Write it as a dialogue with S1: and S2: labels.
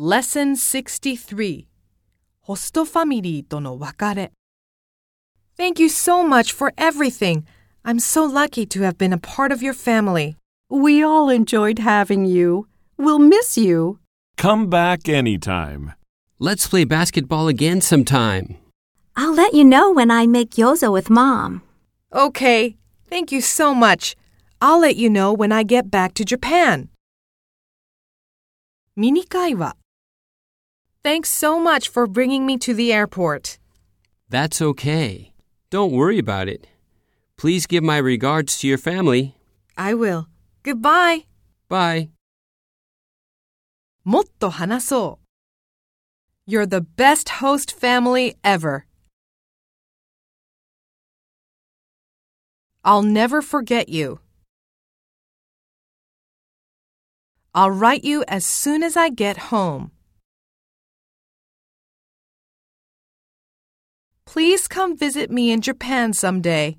S1: Lesson 63 Host Family との別れ Thank you so much for everything. I'm so lucky to have been a part of your family.
S2: We all enjoyed having you. We'll miss you.
S3: Come back anytime.
S4: Let's play basketball again sometime.
S5: I'll let you know when I make gyoza with mom.
S1: Okay, thank you so much. I'll let you know when I get back to Japan. ミニ会話 Thanks so much for bringing me to the airport.
S4: That's okay. Don't worry about it. Please give my regards to your family.
S1: I will. Goodbye.
S4: Bye.
S1: もっと話そう You're the best host family ever. I'll never forget you. I'll write you as soon as I get home. Please come visit me in Japan someday.